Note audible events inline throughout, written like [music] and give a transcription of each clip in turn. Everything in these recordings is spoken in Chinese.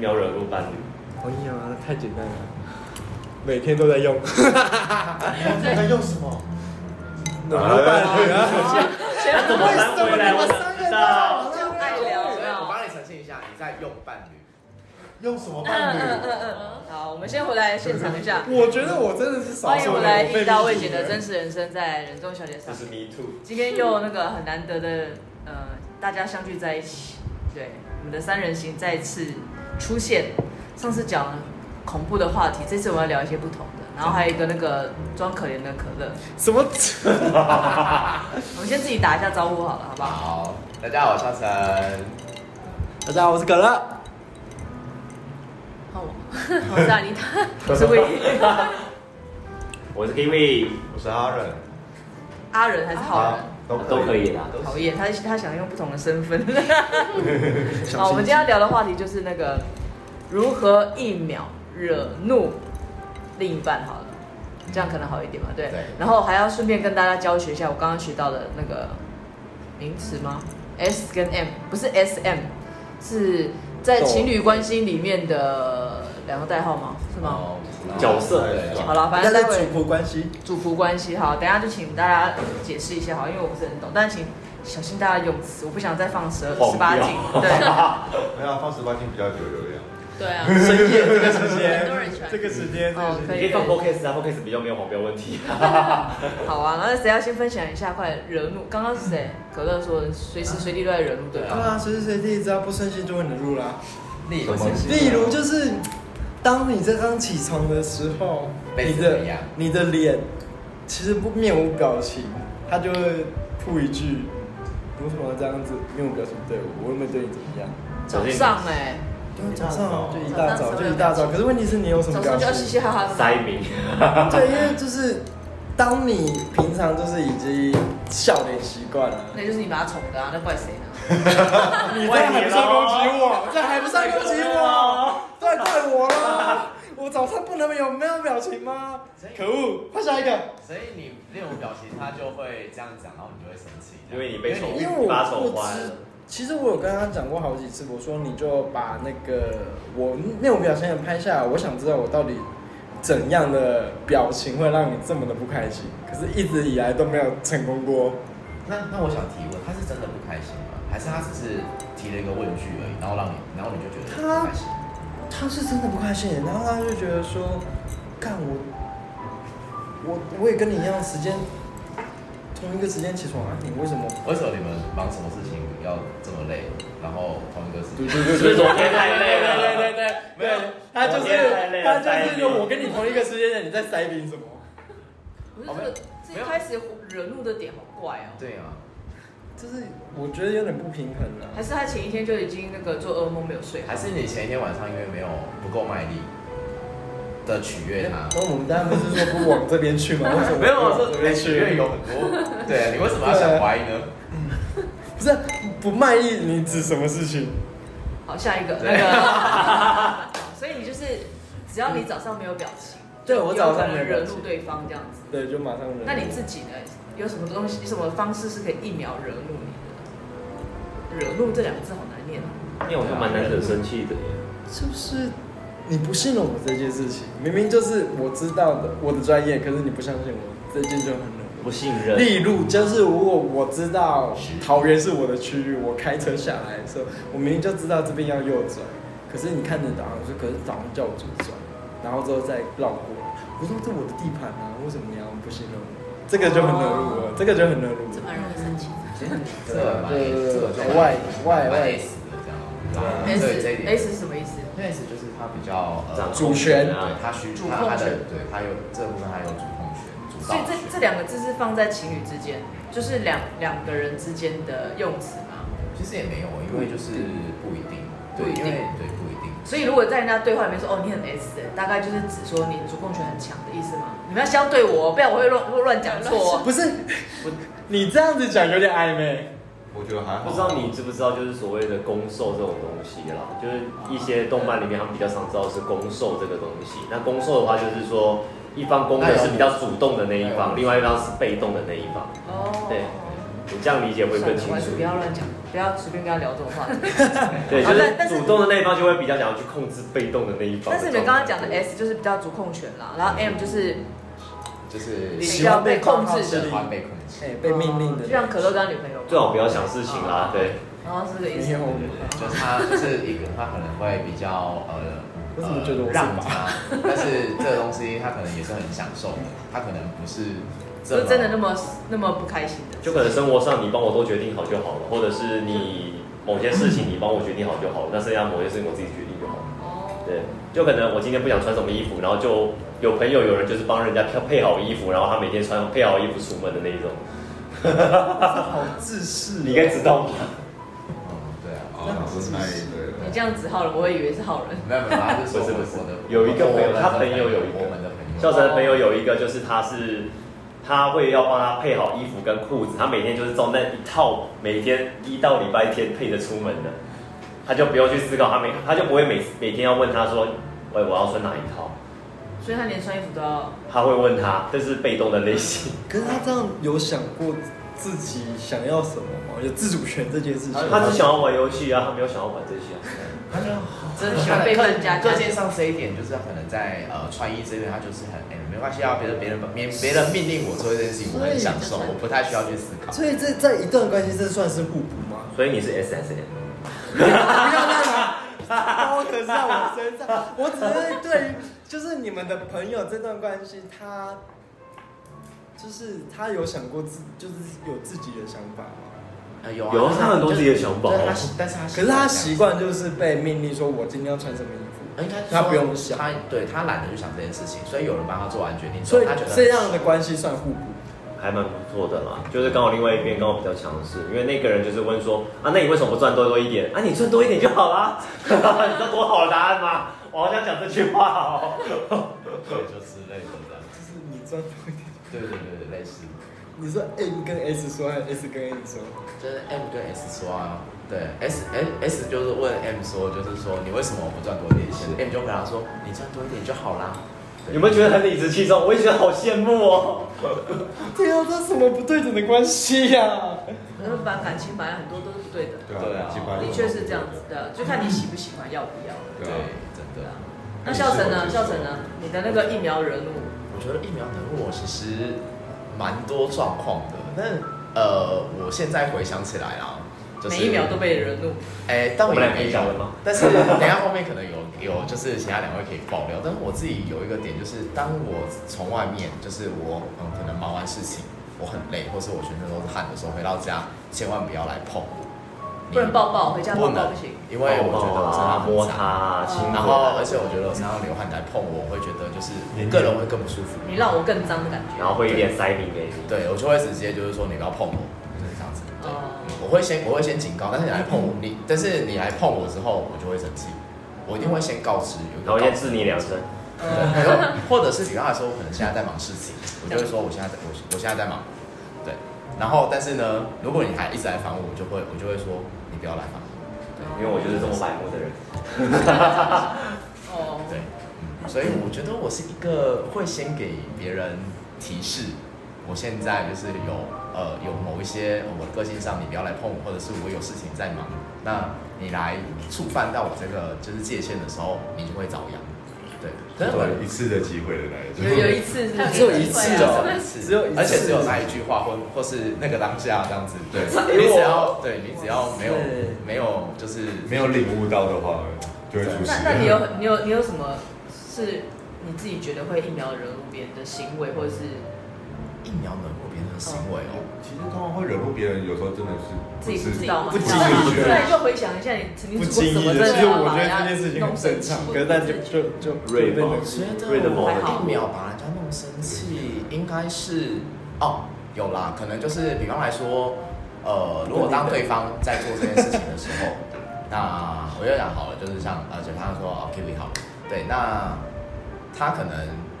秒惹怒伴侣。哎呀，太简单了，每天都在用。你在用什么？怎么办啊？，他怎么拦回来？我三想个知道。人就爱聊我帮你澄清一下，你在用伴侣，用什么嗯嗯伴侣？嗯嗯，好，我们先回来现场一下我觉得我真的是少欢数那迎回种哎来被遇到利魏用姐的真实人生，在人中小姐这上，是 me too。今天又那个很难得的，呃，大家相聚在一起，对，我们的三人行再次出现，上次讲了恐怖的话题，这次我们要聊一些不同的，然后还有一个那个装可怜的可乐，什么？我们先自己打一下招呼好了，好不好？啊好，大家好，我是晨。大家好，我是可乐。换我，我是阿妮塔，我是魏。我是 Kiwi，我是阿任，阿仁还是浩仁？都都可以啦都讨可以厌他，他想用不同的身份。好，我们今天要聊的话题就是那个如何一秒惹怒另一半。好了，这样可能好一点嘛？对。对然后还要顺便跟大家教学一下我刚刚学到的那个名词吗？S 跟 M 不是 S M，是在情侣关系里面的两个代号吗？是吗？哦不知道角色对好了，反大家正在待会主仆关系，主仆关系好，等一下就请大家解释一下好，因为我不是很懂，但请小心大家用词，我不想再放十十八禁，对，没有啊，放十八禁比较有流量。对啊，深夜这个时很多人喜间，欢这个时间，你这个哦时可间以放 podcast 啊，podcast 比较没有黄标问 [laughs] 题。好啊。然后谁要先分享一下？快惹怒，刚刚是谁？可乐说随时随地都在惹怒对对方，啊，随时随地只要不顺心就问你的路啦。例什么例如就是，当你这刚起床的时候，被你怎的么样你的脸其实不面无表情，他就会吐一句：“你为什么要这样子面无表情对我？我又没对你怎么样。”早上哎、因为早上就一早大上早什么就一大早，可是问题是你有什么早表上就要嘻情？嘻哈哈，塞明，对，因为就是当你平常就是已经笑脸习惯了，那就是你把他宠的啊，那怪谁呢？你这还不算攻击我，这还不算攻击我，这还怪我了。我早上不能有没有表情吗？可恶，换下一个。所以你那种表情，他就会这样讲，然后你就会生气，因为你被宠因为我不知，其实我有跟他讲过好几次，我说你就把那个我那种表情也拍下来，我想知道我到底怎样的表情会让你这么的不开心，可是一直以来都没有成功过。那那我想提问，他是真的不开心吗？还是他只是提了一个问句而已，然后让你，然后你就觉得他不开心？他是真的不开心，然后他就觉得说，干我，我我也跟你一样时间同一个时间起床啊，你为什么？为什么你们忙什么事情要这么累？然后同一个事情，对是不是昨天太累了？对对，没有他就是昨天太累他了就是塞说宾我跟你同一个时间点，你在塞饼什么？不是这个自己开始惹怒的点好怪哦、对啊，就是我觉得有点不平衡了、还是他前一天就已经那个做噩梦没有睡好还，是你前一天晚上因为没有不够卖力的取悦他？那我们刚刚不是说不往这边去吗？为什么没有，我往说啊这哎边取悦去？有很多， [laughs] 对啊，你为什么要想怀疑呢？不是不卖艺，你指什么事情？好，下一个那对 [laughs] 个，好所以你就是只要你早上没有表情，对我早可上没能有表惹情怒对方这样子。对，就马上忍。那你自己呢？有什么东西、什么方式是可以一秒惹怒你的？惹怒这两个字好难念哦。因为我看蛮难得生气的耶。是不是你不信任我这件事情？明明就是我知道的我的专业，可是你不相信我，这件就很冷。不信任。例如，就是如果我知道桃园是我的区域，我开车下来的时候，我明明就知道这边要右转，可是你看着导航说，可是导航叫我左转，然后之后再绕过来。我说这我的地盘啊，为什么你要不信任我？这个就很惹怒我，这个就很惹怒这我。蛮容易生气。这个蛮对对对这个就蛮外外外蛮 S 的这样，对对这一 S 点 S 是什么意思？因为 S 就是他比较呃掌控主权权对啊，他需主他控他的权对他有这部分他有主控权，主所以导这权。这两个字是放在情侣之间，就是两两个人之间的用词嘛。其实也没有，因为就是不一定，不对，一定因为对不一定。所以如果在人家对话里面说哦你很 S，欸大概就是指说你主控权很强的意思嘛。你们要相对我，不然我会乱会乱讲错哦。不是，你这样子讲有点暧昧。我觉得还好。不知道你知不知道，就是所谓的攻受这种东西啦，就是一些动漫里面他们比较常知道是攻受这个东西。那攻受的话，就是说一方攻的是比较主动的那一方，另外一方是被动的那一方。哦对你这样理解会更算了，清我还楚是。不要乱讲，不要随便跟他聊这种话题。对，就好但但是是主动的那一方就会比较想要去控制被动的那一方。但是你们刚刚讲的 S 就是比较主控权啦，然后 M 就是就是比喜较欢被控制喜的，欢被控制，哎、被命令的，就哦像可乐跟他女朋友嘛，最好不要想事情啦，对，然后是这个意没思有。，就是他是一个他可能会比较呃，我怎么觉得我是呃让他，但是这个东西他可能也是很享受的，他可能不是不这是么真的那么那么不开心的，就可能生活上你帮我都决定好就好了，或者是你某些事情你帮我决定好就好了，那剩下某些事情我自己决定就好了。哦，对，就可能我今天不想穿什么衣服，然后就有朋友有人就是帮人家配配好衣服，然后他每天穿配好衣服出门的那 [laughs] 一种，好自私、哦你应该知道吧？嗯对啊，哦，老师太对你了。这样子好人，我也以为是好人。没有没有，他就说不是我不是我的有一个朋友他朋友有一个我们的朋友，孝成的朋友有一个，就是他是他会要帮他配好衣服跟裤子，他每天就是照那一套，每天一到礼拜天配着出门的，他就不用去思考，他每他就不会每每天要问他说，喂，我要穿哪一套？所以他连穿衣服都要，他会问他，这是被动的类型。可是他这样有想过自己想要什么吗？有自主权这件事情 [laughs] 他只想要玩游戏啊，他没有想要玩这些、啊。他就真的 [laughs] 喜欢被人家个性上这一点，就是他可能在呃穿衣这边，他就是很哎、没关系啊，别人别人别别人命令我做这件事情，我很享受，我不太需要去思考。所以这在一段关系，这算是互补吗？所以你是 S S M，不要再拿刀子哦在我身上，我只是对于就是你们的朋友这段关系，他就是他有想过自，就是有自己的想法吗？呃有啊有就是他们都自己的想法对他习，但是他可是他习惯就是被命令说，我今天要穿什么衣呃，应该说他不用想他对他懒得去想这件事情，所以有人帮他做完决定服，之所后，以他觉得这样的关系算互补。还蛮不错的啦。就是刚好另外一边刚好比较强势，因为那个人就是问说啊，那你为什么不赚多多一点？啊，你赚多一点就好啦。 [laughs] 你知道多好的答案吗？我好想讲这句话哦。对就之类的这样。就是你赚多一点，对对对对，类似，你说 M 跟 S 说，还是 S 跟 M 说？就是 M 跟 S 说啊，对 S S S 就是问 M 说，就是说你为什么不赚多一点钱？M 就回答说你赚多一点就好啦。 [laughs] 有没有觉得很理直气壮？我也觉得好羡慕哦。对啊，这什么不对等的关系呀、然后把感情本来很多都是不对的，对对啊啊，的确是这样子的，就看你喜不喜欢，要不要。对对啊，真对的啊。。那孝成呢？孝成呢？你的那个疫苗人物，我觉得疫苗能我其实蛮多状况的，但呃，我现在回想起来啦，就是每一秒都被人怒。哎、但我们也俩可以没讲有了吗？ [laughs] 但是等一下后面可能有有就是其他两位可以爆料，但是我自己有一个点就是，当我从外面就是我嗯可能忙完事情，我很累，或是我全身都是汗的时候，回到家千万不要来碰我，不能抱抱，回家不抱抱能不行。，因为哦我觉得我身上很哦摸脏他啊，亲他然后而且我觉得我身上流汗来碰我，我会觉得就是个人会更不舒服。你让我更脏的感觉。然后会一点塞米给你。对我就会直接就是说你不要碰我，就是这样子。对，哦我会先我会先警告，但是你来碰我，你但是你来碰我之后，我就会生气，我一定会先告知，有一然后个先告知治你两声，对，然后或者是比方来说，我可能现在在忙事情，我就会说我现在在我我现在在忙，对。然后但是呢，如果你还一直来烦我，我就会我就会说你不要来烦我，因为我就是这么白目的人。哦，对。嗯所以我觉得我是一个会先给别人提示，我现在就是有呃有某一些呃我的个性上你不要来碰我，或者是我有事情在忙，那你来触犯到我这个就是界限的时候，你就会遭殃。对，可是我对一次的机会的那一种。有有一次是只有一次只哦有一次，只有一次而且只有那一句话，或或是那个当下这样子。对，哎呦你只要对你只要没有哇塞没有就是没有领悟到的话，就会出事。那那你有你有你有什么是你自己觉得会疫苗人物别人的行为，或者是疫苗能够变成行为哦。其实通常会惹怒别人，有时候真的是自己不不知知道吗？啊不不知知道吗觉不然就回想一下你曾经不经做过什意的，么真其实的我要觉得把人这家件事情很弄正生气常，不可是但就自觉就就瑞被那宝个觉得瑞德我蒙还好疫苗把人家弄生气，应该是哦有啦，可能就是比方来说，呃，如果当对方在做这件事情的时候，那我就讲好了，就是像呃，就他说哦 Kiwi 好了，对，那他可能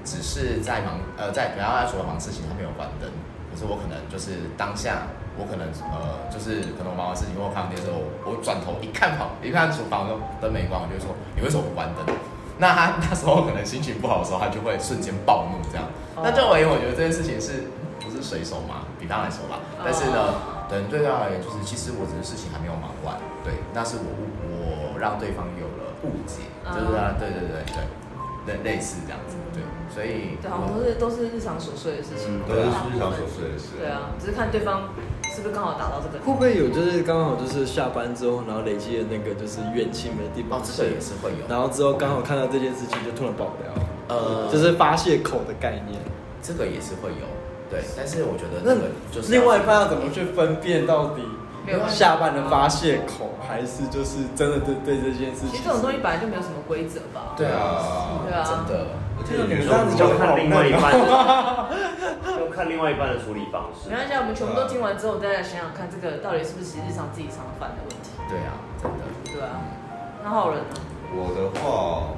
只是在忙，呃，在比方来说忙事情，他没有关灯，可是我可能就是当下，我可能呃，就是可能我忙完事情或看完电视，我我转头一看房，一看厨房灯没关，我就会说你为什么不关灯？那他那时候可能心情不好的时候，他就会瞬间暴怒这样。哦那就我因为我觉得这件事情是不是随手嘛，比方来说吧，但是呢，等对待而言，就是其实我只是事情还没有忙完，对，那是我误我让对方有了误解，就是啊，对对对对，类类似这样子，对，所嗯以对，好像都是都是日常琐碎的事情啊嗯，，都是日常琐碎的事。对啊，只是看对方是不是刚好达到这个。会不会有就是刚好就是下班之后，然后累积的那个就是怨气没地方，哦这个泄也，是会有，然后之后刚好看到这件事情就突然爆掉，呃，就是发泄口的概念。这个也是会有，对，但是我觉得那这个就是另外一要半要怎么去分辨到底没有下半的发泄口，还是就是真的对对这件事情？其实这种东西本来就没有什么规则吧。对对啊，啊真的，我记得这女生样子如果就啊看另外一半的，就看另外一半的处理方 [laughs] 式没。关系啊，我们全部都听完之后，大家想想看，这个到底是不是日常自己常犯的问题，对啊，真的，对啊，那好人呢？我的话，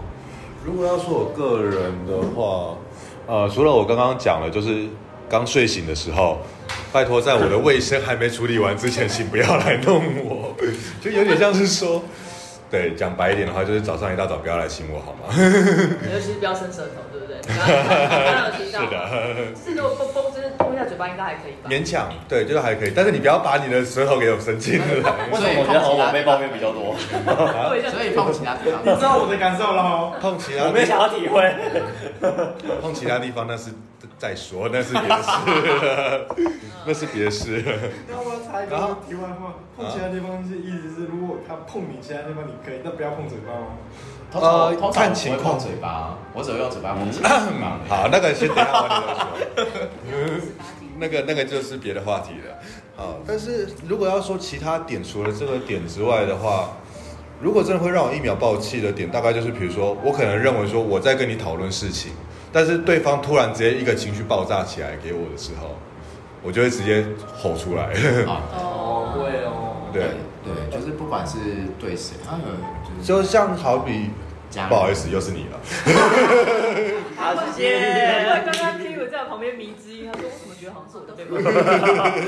如果要说我个人的话，呃，除了我刚刚讲的，就是刚睡醒的时候，拜托在我的卫生还没处理完之前，请不要来弄我，就有点像是说，对，讲白一点的话，就是早上一大早不要来亲我好吗？尤其是不要伸舌头，对不对？刚刚有提到，是的，就是如果嘣嘣，就是动一下嘴巴，应该还可以吧？勉强，对，就是还可以，但是你不要把你的舌头给我伸进来。为什 [laughs] 么我觉得好像我被抱怨比较多？ [laughs] 对所以放其他地方， [laughs] 你知道我的感受了哦。碰其我他没有想要体会。碰其他地方那是再说，那是别的事，那是别的事。那我要插一个题外话，碰其他地方是意思是，如果他碰你其他地方你可以，那不要碰嘴巴吗？通常呃通常看我不会情碰况嗯嘴巴，我只会用嘴巴碰其他地方。好，那个先等一下晚点再说。那个那个就是别的话题了。好，但是如果要说其他点，除了这个点之外的话，如果真的会让我一秒爆气的点，大概就是比如说，我可能认为说我在跟你讨论事情，但是对方突然直接一个情绪爆炸起来给我的时候，我就会直接吼出来。啊，哦，会哦。对，对，就是不管是对谁，啊，有就是就像好比，家人不好意思，又是你了。好，谢我谢。刚刚听我在旁边迷之音，他说我怎么觉得好像是我的对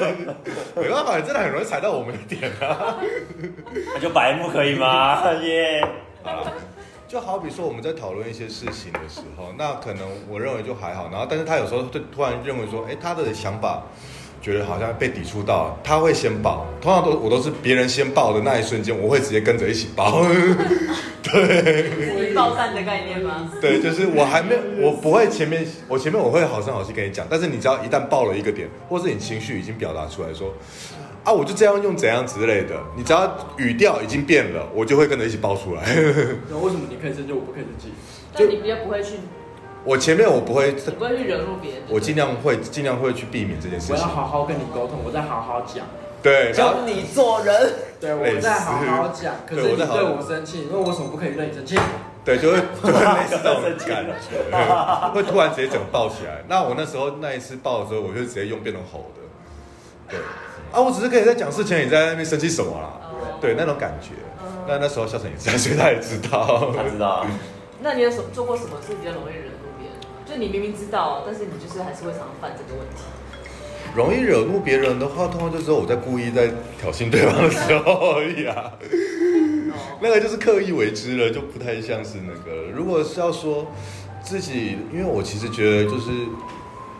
没办法，你真的很容易踩到我们的点啊。 [laughs] 那就白目可以吗？ [laughs] 耶。就好比说我们在讨论一些事情的时候，那可能我认为就还好，然后但是他有时候就突然认为说，哎，他的想法觉得好像被抵触到，他会先爆，通常都我都是别人先爆的那一瞬间，我会直接跟着一起爆。自己爆散的概念 [laughs] 吗？对，就是我还没，我不会前面，我前面我会好声好气跟你讲，但是你只要一旦爆了一个点，或是你情绪已经表达出来说，啊，我就这样用怎样之类的，你只要语调已经变了，我就会跟着一起爆出来。 [laughs] 那为什么你可以生气，我不可以生气？但你比较不会去，我前面我不会，你不会去惹怒别人。我尽量会尽量会去避免这件事我要情。好好跟你沟通，我再好好讲。对，然后你做人。对，类似我再好好讲。可是对你我再好好对我生气，那我为什么不可以对你生气？ [laughs] 对，就会就会类似这种感觉，会突然直接整个爆起来。那我那时候那一次爆的时候，我就直接用变成吼的，对，啊，我只是可以在讲事情，你在那边生气什么啊啦？哦对，那种感觉。嗯那那时候笑成也在，所以他也知道。他知道，那你有什么做过什么事比较容易惹怒别人？就你明明知道，但是你就是还是会常犯这个问题。 [laughs] 容易惹怒别人的话，通常就只有我在故意在挑衅对方的时候而已啊。哦， [laughs] 那个就是刻意为之了，就不太像是那个了。如果是要说自己，因为我其实觉得就是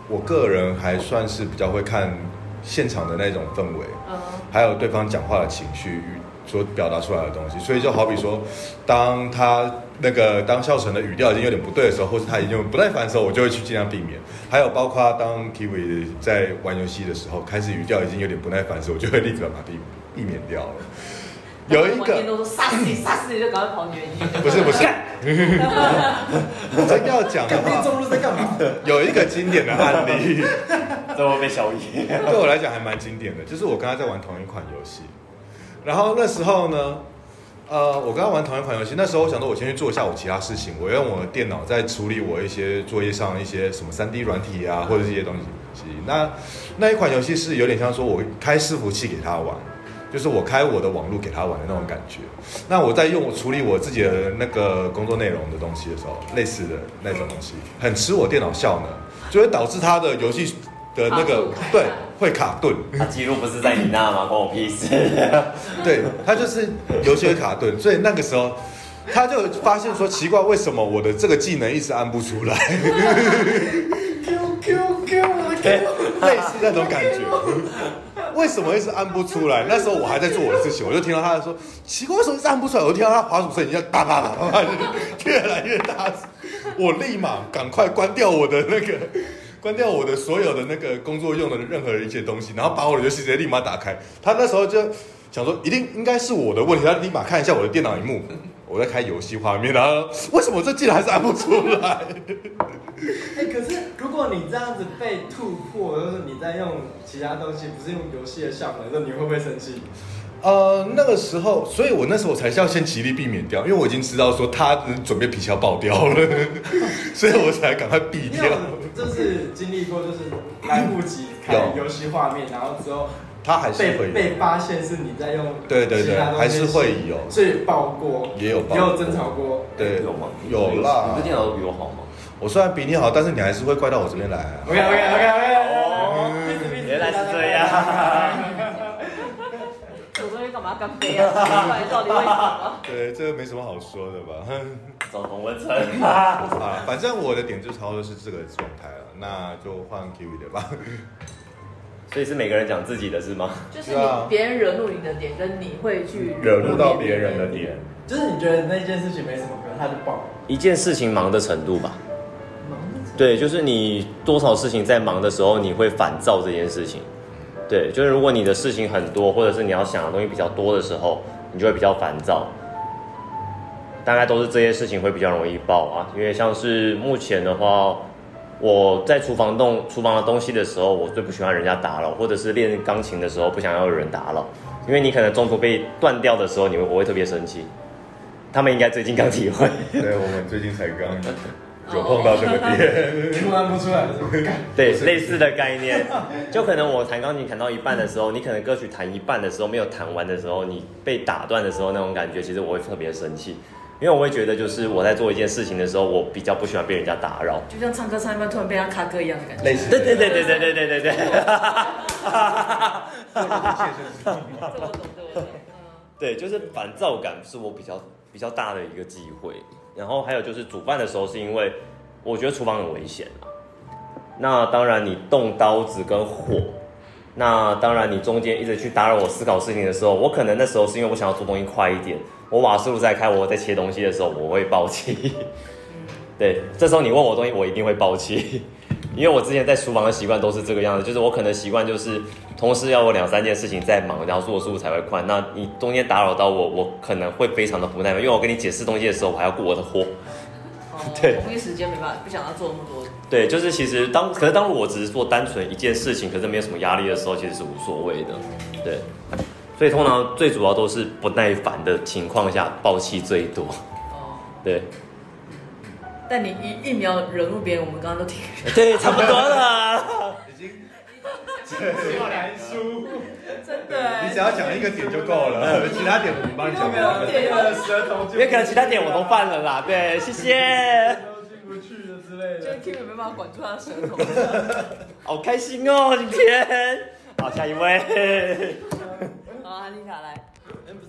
我个人还算是比较会看现场的那种氛围，嗯，还有对方讲话的情绪与所表达出来的东西。所以就好比说，当他那个当笑成的语调已经有点不对的时候，或是他已经不耐烦的时候，我就会去尽量避免。还有包括当 Kiwi 在玩游戏的时候，开始语调已经有点不耐烦的时候，我就会立刻把它避避免掉了。有一晚个天都说杀死你，杀死你，就赶快跑远一点。不是不是，真要讲的肯定话，中路在干嘛？ [laughs] 有一个经典的案例，这会被小姨。对我来讲还蛮经典的，就是我跟他在玩同一款游戏，然后那时候呢，呃，我跟他玩同一款游戏，那时候我想说，我先去做一下我其他事情，我用我的电脑在处理我一些作业上一些什么三 D 软体啊，或者这些东西。那那一款游戏是有点像说我开伺服器给他玩，就是我开我的网络给他玩的那种感觉。那我在用我处理我自己的那个工作内容的东西的时候，类似的那种东西，很吃我电脑效能，就会导致他的游戏的那个卡顿对会卡顿。他记录不是在你那吗？关我屁事。对他就是游戏会卡顿，所以那个时候他就发现说奇怪，为什么我的这个技能一直按不出来， Q Q Q，我的 Q [laughs] 类似那种感觉。为什么一直按不出来？那时候我还在做我的事情，我就听到他说奇怪，为什么一直按不出来？我就听到他滑鼠声音就哒哒哒哒，就越来越大声。我立马赶快关掉我的那个， [laughs] 关掉我的所有的那个工作用的任何一些东西，然后把我的游戏直接立马打开。他那时候就想说，一定应该是我的问题，他立马看一下我的电脑荧幕，我在开游戏画面，然后为什么这竟然还是按不出来？哎、可是如果你这样子被突破，就是你在用其他东西，不是用游戏的项目的时候，你会不会生气？呃，那个时候，所以我那时候才是要先极力避免掉，因为我已经知道说他准备脾气要爆掉了， [laughs] 所以我才赶快避因掉为。我就是经历过，就是来不及开游戏画面，然后之后他还是被会被有，发现是你在用对对其对他，东西还是会有，所以爆过，也有爆也有争吵过。对有吗？有啦你的电脑比我好吗？我虽然比你好，但是你还是会怪到我这边来啊。 OK OK OK OK，哦原来是这样。我东西干嘛干杯啊？奇怪，到底为什么？对，这个没什么好说的吧。 [laughs] 走红文成，哎、啊，反正我的点就差不多是这个状态了，那就换 Kiwi 的 [laughs] 吧。 [laughs] 所以是每个人讲自己的是吗？就是你别人惹怒你的点，跟你会去点，就是你觉得那件事情没什么，可是他就爆了。一件事情忙的程度吧。忙着对，就是你多少事情在忙的时候，你会烦躁这件事情。对，就是如果你的事情很多，或者是你要想的东西比较多的时候，你就会比较烦躁。大概都是这些事情会比较容易爆啊，因为像是目前的话，我在厨房动厨房的东西的时候，我最不喜欢人家打扰，或者是练钢琴的时候不想要有人打扰，因为你可能中途被断掉的时候，你会我会特别生气。他们应该最近刚体会。对，我们最近才刚有碰到这个哦点，突然不出来的时候，干对，类似的概念， [laughs] 就可能我弹钢琴弹到一半的时候，你可能歌曲弹一半的时候没有弹完的时候，你被打断的时候那种感觉，其实我会特别生气，因为我会觉得就是我在做一件事情的时候，我比较不喜欢被人家打扰。 [laughs] 就像唱歌唱一半突然被他卡歌一样的 [laughs] 感觉。类似对对对对对对对对对， [laughs] 这我懂，这我懂。对，就是烦躁感是我比较比较大的一个忌讳。然后还有就是煮饭的时候，是因为我觉得厨房很危险啊。那当然，你动刀子跟火，那当然你中间一直去打扰我思考事情的时候，我可能那时候是因为我想要做东西快一点，我瓦斯炉在开，我在切东西的时候我会爆气。 [laughs] 对，这时候你问我东西，我一定会爆气，因为我之前在厨房的习惯都是这个样子，就是我可能习惯就是同时要我两三件事情在忙，然后做速度才会快。那你中间打扰到我，我可能会非常的不耐烦，因为我跟你解释东西的时候，我还要顾我的火。哦对同一时间没办法，不想要做那么多。对，就是其实当可是当我只是做单纯一件事情，可是没有什么压力的时候，其实是无所谓的。对，所以通常最主要都是不耐烦的情况下爆气最多。哦，对，但你一一秒惹怒别人，我们刚刚都听。对，差不多了。没有来输，真的你只要讲一个点就够了，其他点我们帮你讲没完有了。点的舌头就，因为可能其他点我都犯了啦。对，谢谢。都进不去了之类就是的。 Kimi 没办法管住他的舌头。 [laughs] 好开心哦，今天。好，下一位。好，安妮塔来，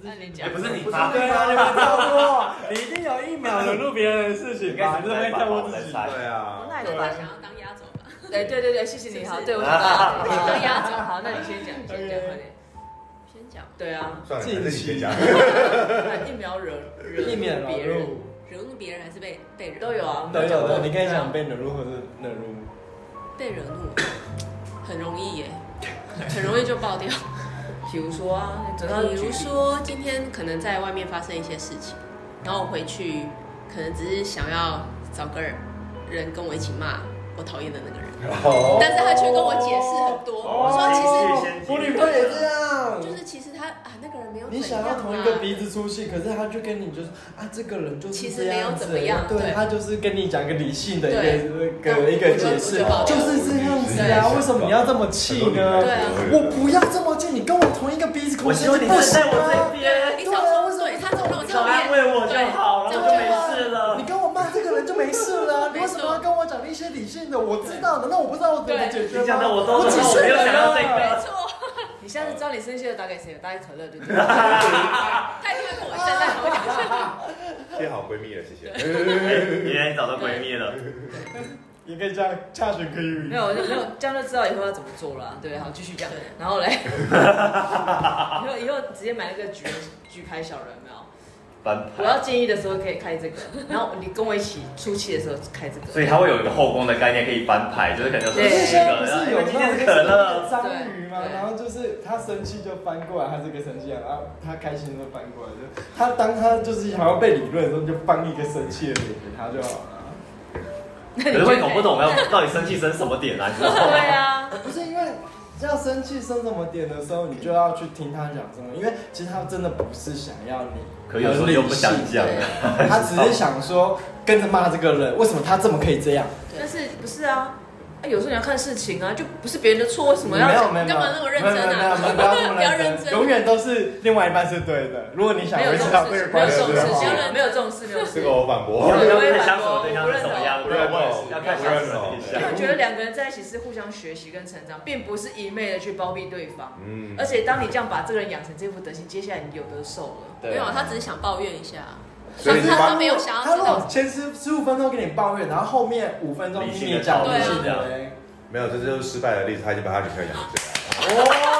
那你讲。哎是你啊对啊，你们跳过，你一定有一秒惹怒别人的事情吧？你是会跳过自己。对啊，那爸爸想要当压轴吧，哎，对对对，谢谢你。好，对我想啊到你当压轴。好，那你先讲，你先讲，快点。先讲对啊，算了，还是你先讲。那一秒惹惹一秒怒别惹人怒，惹怒别人还是被被人都有啊，都有的，你可以讲想被惹怒或是惹怒，被惹怒，很容易耶，很容易就爆掉。 [laughs] 比如说啊，你整比如说今天可能在外面发生一些事情，然后我回去可能只是想要找个人跟我一起骂我讨厌的那个人，但是他却跟我解释很多，哦哦我说其实我女朋友也这样。就是其实他啊那个人没有你怎想样要啊，同一个鼻子出气，可是他就跟你就是啊，这个人就是其实这没有样怎子么样对对他就是跟你讲一个理性的一对个那我一个一个我解就我释，就好了就是这样子啊，为什么你要这么气呢？对啊我不要这么近，你跟我同一个鼻子空我气希望你就不站行在我！啊这边，你少说对，啊他总让我少讨安厌，慰我就好了，我对就没事了你。跟我骂这个人就没事了啊，你为没错什么要跟我讲一些理性的？我知道的，那我不知道我怎么解决你讲的吗？我都我懂几我没岁有了想到这啊？个。你下次知道你生气了打给谁？打给可乐 [laughs] 就对了。他一定会跟我站在同一个。谢好闺蜜了，谢谢。哎原来你找到闺蜜了，也可以这样下选可以没有，我就没有这样就知道以后要怎么做了啊、对，好，继续这样对，然后嘞， [laughs] 以后以后直接买那个举举牌小人有没有？翻我要牌，建议的时候可以开这个，然后你跟我一起出气的时候开这所以个。它会有一个后宫的概念，可以翻牌，就是可能就是对十个不人，是因有为那今天种就是可乐，是章鱼嘛，对然后就是他生气就翻过来，他这个生气啊，然后他开心就翻过来，就他当他就是想要被理论的时候，你就放一个生气的脸给他就好了。可是会搞不懂我要到底生气生什么点啊？你知道对吗？啊，不是因为要生气生什么点的时候，你就要去听他讲什么，因为其实他真的不是想要你，可有时候又不想讲，他只是想说跟着骂这个人，为什么他这么可以这样？但是不是啊？啊有时候你要看事情啊，就不是别人的错，为什么没要？有没有，干嘛那么认真啊没有没有没有不要那么不要认认真真，永远都是另外一半是对的。如果你想没有维这持种到事这个情，没关有这系种的事话，情，没有这种事，没有这种这事个。我反我驳。要要看想什么对象是什么样，我我不认同也是要看想什么对因为象我。觉得两个人在一起是互相学习跟成长，并不是一昧的去包庇对方。嗯而且当你这样把这个人养成这副德行，接下来你有的受了。对没有，他只是想抱怨一下，所以但你是他帮他没有想要他知如果道，前十十五分钟跟你抱怨，然后后面五分钟听你讲理性性的讨的论嘞，没有，这就是失败的例子，他已经把他女朋友养成这样。哦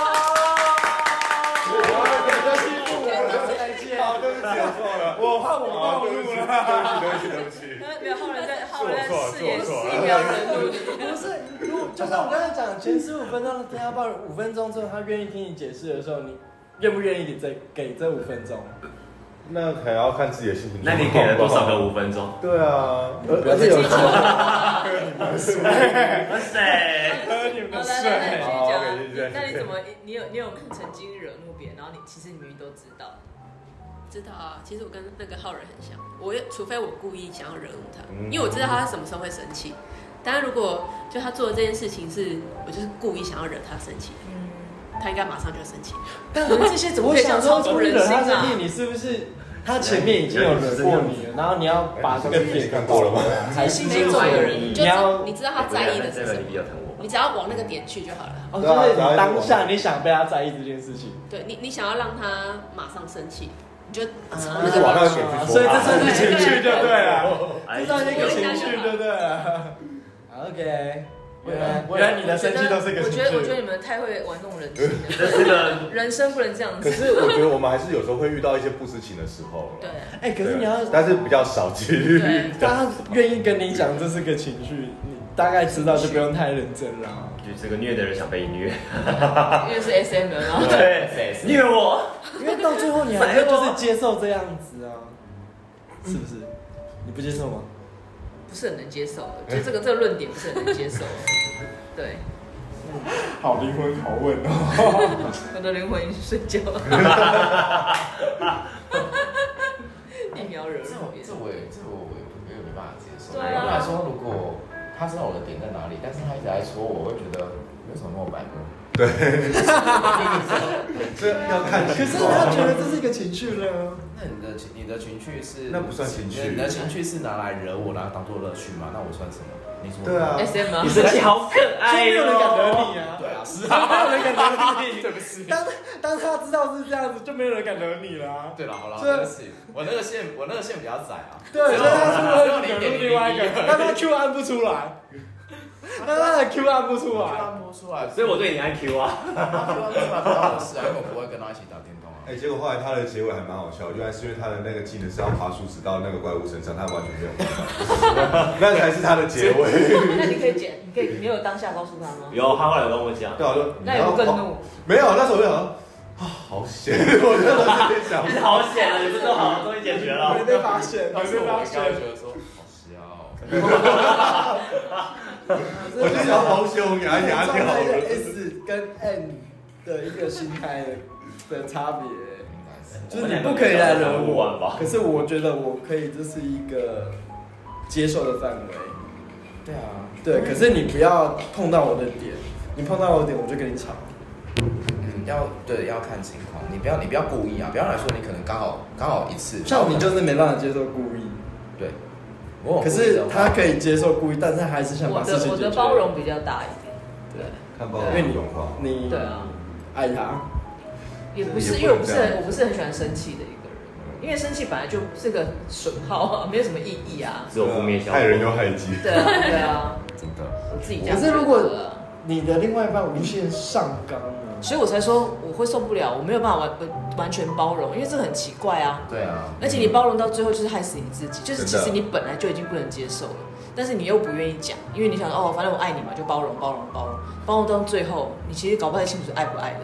好，对不起，我错了，我怕我暴对不露起，了。对不起，对不起。没有后来在后来做错在了饰演做错了一秒人物。不是，如果就像我刚才讲，前十五分钟听他抱怨，五分钟之后他愿意听你解释的时候，你愿不愿意给这给这五分钟？那还要看自己的心情。那你给了多少个？五分钟？对啊，不要再有计较哇塞！你们来好来继续，OK，继续讲。那你怎么？你有你有曾经惹怒别人，然后你其实你明明都知道。知道啊。其实我跟那个浩仁很像，我也除非我故意想要惹怒他嗯，因为我知道他什么时候会生气。但如果就他做的这件事情是我就是故意想要惹他生气，嗯。他应该马上就生气。但这些怎么我可以这样想操说，纵故意人惹心他生啊气，？你是不是他前面已经有惹过你了，然后你要把这个点看过了吗？才心是没这走样的人你你就知要你知道他在意的是这个什哎你么，比较疼我。你只要往那个点去就好了。哦，对啊就是只要一你直当往下你想被他在意这件事情，对你，你想要让他马上生气，你就朝啊就那是个往那点个点去。去所以这算对是情绪就对了，哎这算是一个有情点绪像对不对了？OK，我也原来我也原来你的生气都是一个我情觉得，我觉得绪。你们太会玩弄人心了。这是个人生不能这样可子。是我觉得我们还是有时候会遇到一些不知情的时候。对，哎，可对，是你要但是比较少几率。对，当他愿意跟你讲这是个情绪，你大概知道就不用太认真了。啊就是个虐的人想被虐，因为是 S M 然后对，虐我， [laughs] 因为到最后你还是就是接受这样子啊，是不是？你不接受吗？不是很能接受，我觉得这个这个论点不是很能接受。对，好灵魂拷问哦。我的灵魂已经睡觉了。一秒惹这怒我别这人，我也这我我也没有办法接受。对啊我来说，如果他知道我的点在哪里，但是他一直在戳我，我会觉得没有什么那么白目。这要看可情是况。他觉得这是一个情绪呢。那你的情你的情绪是那不算情绪你的情绪是拿来惹我，拿来当做乐趣吗？那我算什么？你说对啊 S M 啊你， [laughs] 生气好可所爱哦以没有人敢哟。惹你啊！对啊，是 [laughs] 所以没有人敢惹你。对不起。当当他知道是这样子，就没有人敢惹你了啊。 [laughs] 对了，好了，这对不起，我那个线我那个线比较窄啊。对，所以他是只啊有不是惹零点怒零另外一个？个。但他 Q 按不出 [laughs] 来，但他的 Q 按不出啊我来。他摸出来， [laughs] [laughs] 所以我对你 IQ 啊，他摸出来不关我的事啊，因为我不会跟他一起打电 [laughs] 动啊。哎，结果后来他的结尾还蛮好笑，原来是因为他的那个技能是要爬树直到那个怪物身上，他完全没有办法，那才是他的结尾。那你可以剪，你可以，你有当下告诉他吗？有他后来有跟我讲，对啊，我就那有更怒，没有，那时候我就想说啊，好险，我真的是在想 [laughs] 你，是好险啊，你这都好，终于解决了没。被发现，没当时被我发刚现刚。觉得说，好 [laughs] 笑哦。我就想好险，我给他压掉状态是了。 S 跟 N 的一个心态的的差别，应该是就是你不可以来惹不我。完吧？可是我觉得我可以，这是一个接受的范围。对啊，对，可是你不要碰到我的点，你碰到我的点，我就跟你吵。嗯，要对要看情况，你不要你不要故意啊，不要来说你可能刚好刚好一次，像你就是没办法接受故意，对，我哦有可故意是的话他可以接受故意，但是他还是想我把事的情我解的决。包容比较大一点，对，看包容容因为融化，你哎对啊，爱他，也不是，因也为我不能不是这样很我不是很喜欢生气的一个人，因为生气本来就是个损耗啊，没有什么意义啊。只有负面效果。害人又害己。对啊，对啊，真的。我自己这样可觉得是啊。如果你的另外一半无限上纲啊呢？所以我才说我会受不了，我没有办法完完完全包容，因为这很奇怪啊。对啊，而且你包容到最后就是害死你自己，就是真其的实你本来就已经不能接受了，但是你又不愿意讲，因为你想哦，反正我爱你嘛，就包容包容包容，包容到最后，你其实搞不太清楚爱不爱人，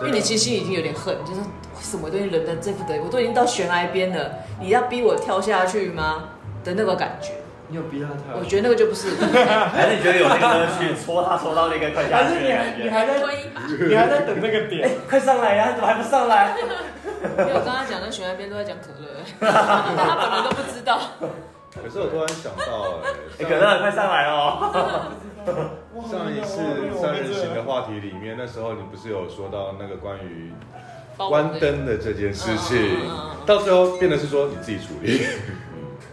因为你其实心里已经有点恨，就是为什么我都已经人在这副德，我都已经到悬崖边了，你要逼我跳下去吗的那个感觉，你有逼他跳？我觉得那个就不 [laughs] 是。还是你觉得有那个去戳他戳到那个快下还去是哎的感你还你觉？还在推一把， [laughs] 你还在等那个点？快上来呀、你怎么还不上来？因为我刚刚讲那悬崖边都在讲可乐， [laughs] 但他本人都不知道。可是我突然想到、哎、哎，可乐，快上来哦！上一次三人行的话题里面，那时候你不是有说到那个关于包容关这个灯的这件事情嗯嗯嗯嗯嗯，到最后变得是说你自己处理，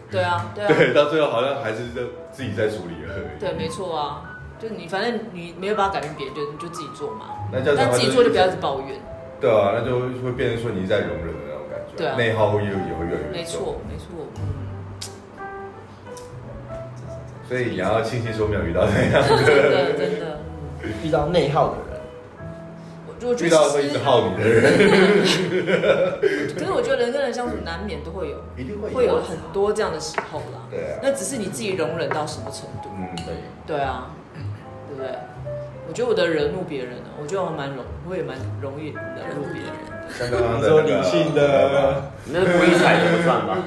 对啊，对啊，对，到最后好像还是在自己在处理而已。对，没错啊，就是你反正你没有办法改变别人，就你就自己做嘛。那叫什么但自己做就不要一直抱怨，对啊，那就会变成说你在容忍的那种感觉，对啊内耗会越也会越来越重没错，，没错。嗯，所以你要庆幸说没有遇到那样，真的真的，遇到内耗的人，我我觉遇到得会一其直实，耗你的人，可是我觉得人跟人相处难免都会有， [laughs] 一定会有很多这样的时候啦。对啊那只是你自己容忍到什么程度。嗯，对，对啊，对不对？我觉得我的惹怒别人啊，我觉得我蛮容，我也蛮容易惹怒别人的。像刚刚的那个你说理性的，你那故意踩也不算吧？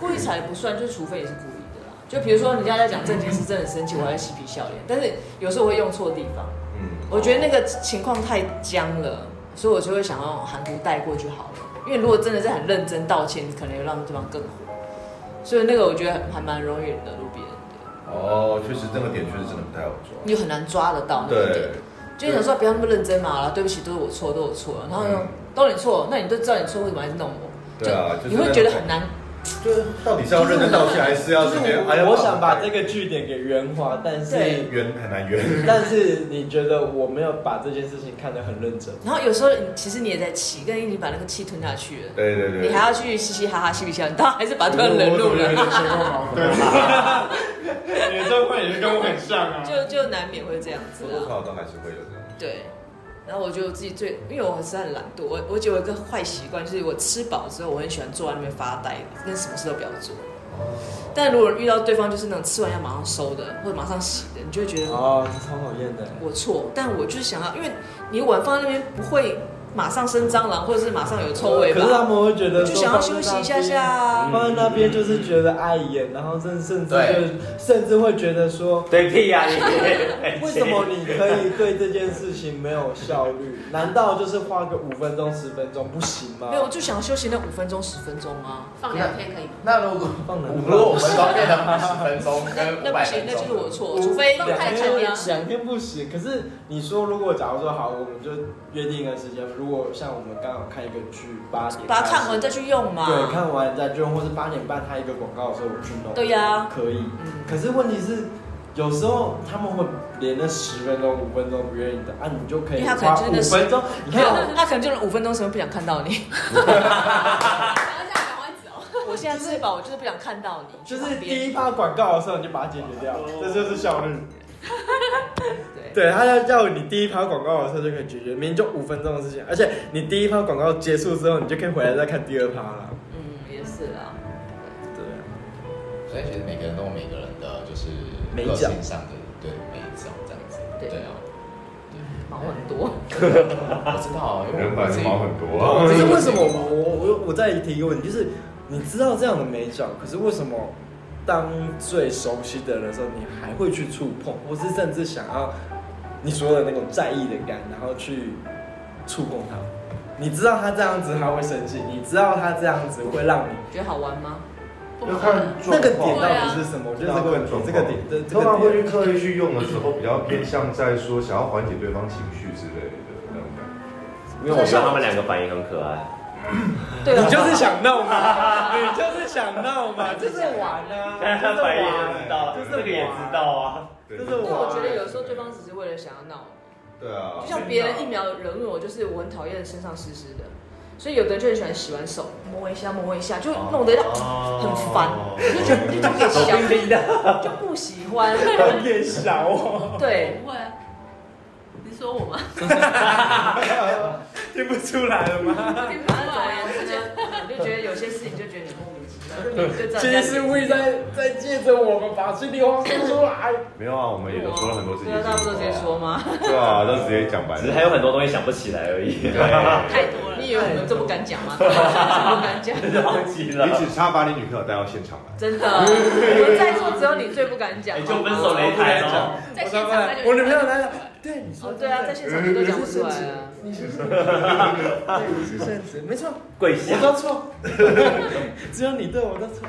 故意踩也不算，就是除非你是故意的啦。就比如说人家在讲正经事，真的生气，我还会嬉皮笑脸，但是有时候我会用错地方。嗯，我觉得那个情况太僵了，所以我就会想要含糊带过就好了。因为如果真的是很认真道歉，可能有让对方更火。所以那个我觉得还蛮容易惹怒别人的，哦，确实这个点确实真的不太好你很难抓得到那个点对。，就是想说不要那么认真嘛，然后对不起，都是我错，都是我错，然后又嗯都你错，那你都知道你错，为什么还是弄我？对啊就你是会觉得很难，就是到底是要认真道歉，还是要就是直接？哎呀我我想把这个据点给圆滑，但对是圆很难圆， [laughs] 但是你觉得我没有把这件事情看得很认真，然后有时候你其实你也在气，跟你把那个气吞下去了，对对对，你还要去嘻嘻哈哈嬉皮笑脸，你当然还是把对方冷落了，前后矛盾。你的状况也是跟我很像啊 [laughs] 就就难免会这样子多啦。多少少还是会有这种，对，然后我觉得我自己最，因为我还是很懒惰，我我觉得我有一个坏习惯就是我吃饱之后，我很喜欢坐在那边发呆，跟什么事都不要做。但如果遇到对方就是那种吃完要马上收的，或者马上洗的，你就会觉 [laughs] 得哦，这超讨厌的。我错，但我就是想要，因为你碗放在那边不会马上生蟑螂，或者是马上有臭味可是他吧？们会觉得我说就想要休息一下下啊。放在那边就是觉得碍眼，然后甚甚至就甚至会觉得说，对屁呀、你！为什么你可以对这件事情没有效率？ [laughs] 难道就是花个五分钟十分钟不行吗没？有，我就想要休息那五分钟、十分钟啊。放聊天可以吗？那如果放冷如果我们都变成十分钟那跟那不五百行，分那就钟，是我错，我除非放太长太长了了。两天不行。可是你说，如果假如说好，我们就约定一个时间，如果像我们刚好看一个剧，八点把它开始看完再去用嘛。对，看完再就用，或是八点半他一个广告的时候我去弄，对呀可以。嗯，可是问题是，有时候他们会连那十分钟、五分钟不愿意等，啊，你就可以因为他可能花真五的是分 [laughs] 钟。你看，他可能就是五分钟什么不想看到你。 [laughs] 然后这样赶快走。我现在吃饱，我就是不想看到你。就是第一趴广告的时候你就把它解决掉，这就是效率。对对，他要叫你第一趴广告的时候就可以解决，明明就五分钟的事情，而且你第一趴广告结束之后，你就可以回来再看第二趴了。嗯，也是啊。对啊，所以其实每个人都有每个人的就是美个角性上的对美角这样子，对对啊，忙很多，我知道，啊因为人我反自正己毛很多我啊，自可己是哦为什么我我我我再提一个问题，就是你知道这样的美角，可是为什么当最熟悉的人的时候，你还会去触碰，或是甚至想要你说的那种在意的感，然后去触碰它？你知道他这样子他会生气，你知道他这样子会让你觉得好玩吗？不要好看了那状个况点。到底是什么？我觉得这个问题，这个点，这啊这通个常会去点，刻意去用的时候，比较偏向在说想要缓解对方情绪之类的那种感觉。因为我觉得他们两个反应很可爱。对 [laughs] 啊你就是想闹嘛， [laughs] 你就是想闹嘛， [laughs] 就是玩啊， [laughs] 就是 [laughs] 反应玩，也知道，就是这个也知道啊。这是 [laughs] 但我我觉得有时候对方只是为了想要闹，对啊就，像别人一秒惹怒我，就是我很讨厌身上湿湿的，所以有的人就很喜欢洗完手摸一下摸一下，就弄得让哦很烦， [laughs] 就觉得你懂手小冰冰的，就不喜欢。 [laughs] 夜小哦，对，不会啊，你说我吗？听不出来了 [laughs] 吗？听不反出正总而言来之呢，你就觉得有些事情就觉得你莫名其妙，就你就这样其实我也在在借着我们把这地方说出哎来。没有啊，我们也都说了很多事情对啊，，那不都直接说吗？ [laughs] 对啊，都直接讲白只是了。还有很多东西想不起来而已，对，太多了。你以为我们这么敢讲吗？不敢讲，就是 [laughs] 忘记了你。只差把你女朋友带到现场来。真的，我们在座只有你最不敢讲。哎，就分手擂台哦，在现场他就我女朋友来了，对你说哦，对啊，在现场你都讲不出来啊。 [laughs] 你是圣子，对，你是圣子，没错，跪我下。都错， [laughs] 只有你对我都错。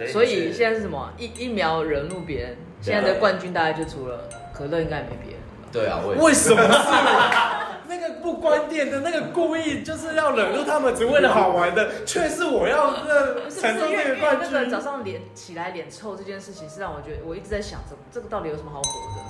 哎所以现在是什么？一一秒惹怒别人，现在的冠军大概就除了可乐，应该也没别人了吧。对啊，我也为什么是我？那个不关店的那个故意就是要惹怒他们，只为了好玩的，却是我要那不是不产是，生 [laughs] 因为这因个为冠那个军早。上脸起来脸臭这件事情，是让我觉得我一直在想着这个到底有什么好火的？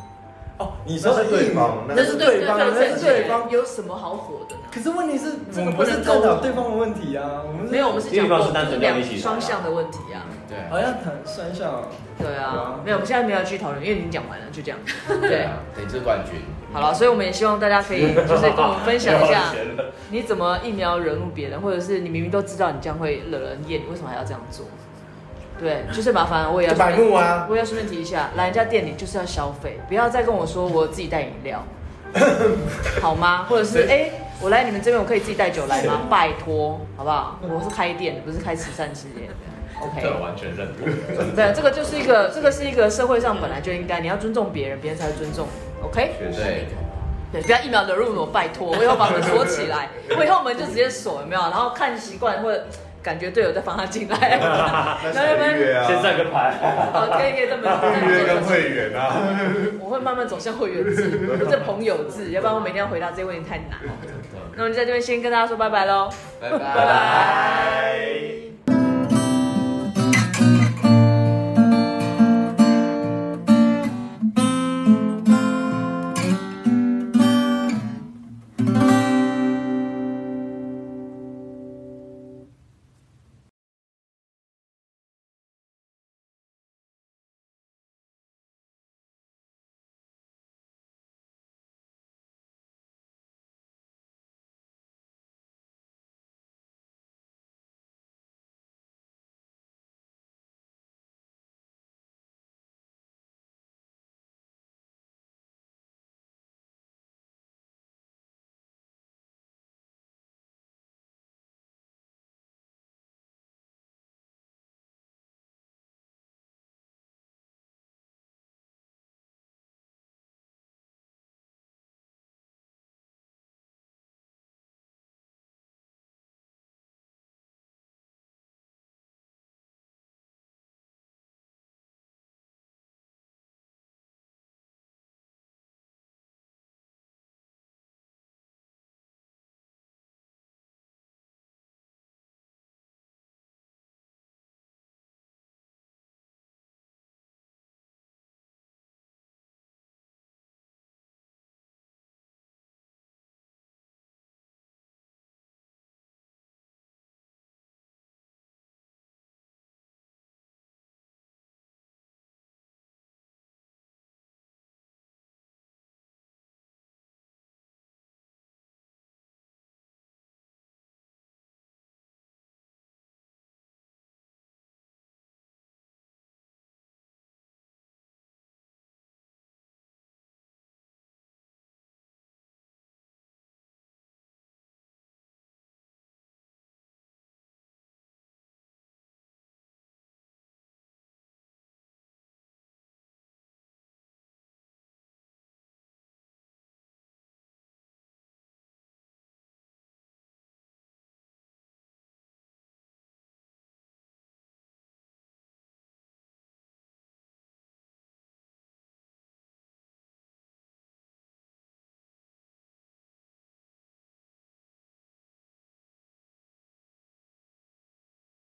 哦，你那说是对方那那是对方，那是对方。有什么好火的呢？可是问题是，这我个们不不是能探沟讨通对方的问题啊，我们是没有，我们是讲另一过方是单纯两要一起的双向的问题啊。对好啊，像很哎算下哦。对啊啊，没有，我们现在没有要去讨论，因为已经讲完了，就这样。对对，啊，你是冠军，好了，所以我们也希望大家可以就是跟我们分享一没有下，钱了你怎么一秒惹怒别人，或者是你明明都知道你将会惹人厌，你为什么还要这样做？对，就是麻烦我也要就白目啊！我也要顺便提一下，来人家店里就是要消费，不要再跟我说我自己带饮料，好吗？或者是哎、我来你们这边我可以自己带酒来吗？拜托，好不好？我是开店的，不是开慈善事业的。对， OK，我完全认同。对，这个就是一个，这个是一个社会上本来就应该，你要尊重别人，别人才会尊重你。OK，对，对，不要一秒惹怒我，拜托，我以后把门锁 [laughs] 起来，我以后门就直接锁，有没有？然后看习惯或者感觉队友在防他进来， [laughs] 那是预约啊，先上个牌， [laughs] 好，可以可以这么这么预约跟做会员啊。我会慢慢走向会员制，不是朋友制，要不然我每天要回答这些问题太难了。那我们就在这边先跟大家说拜拜喽，拜拜拜。拜。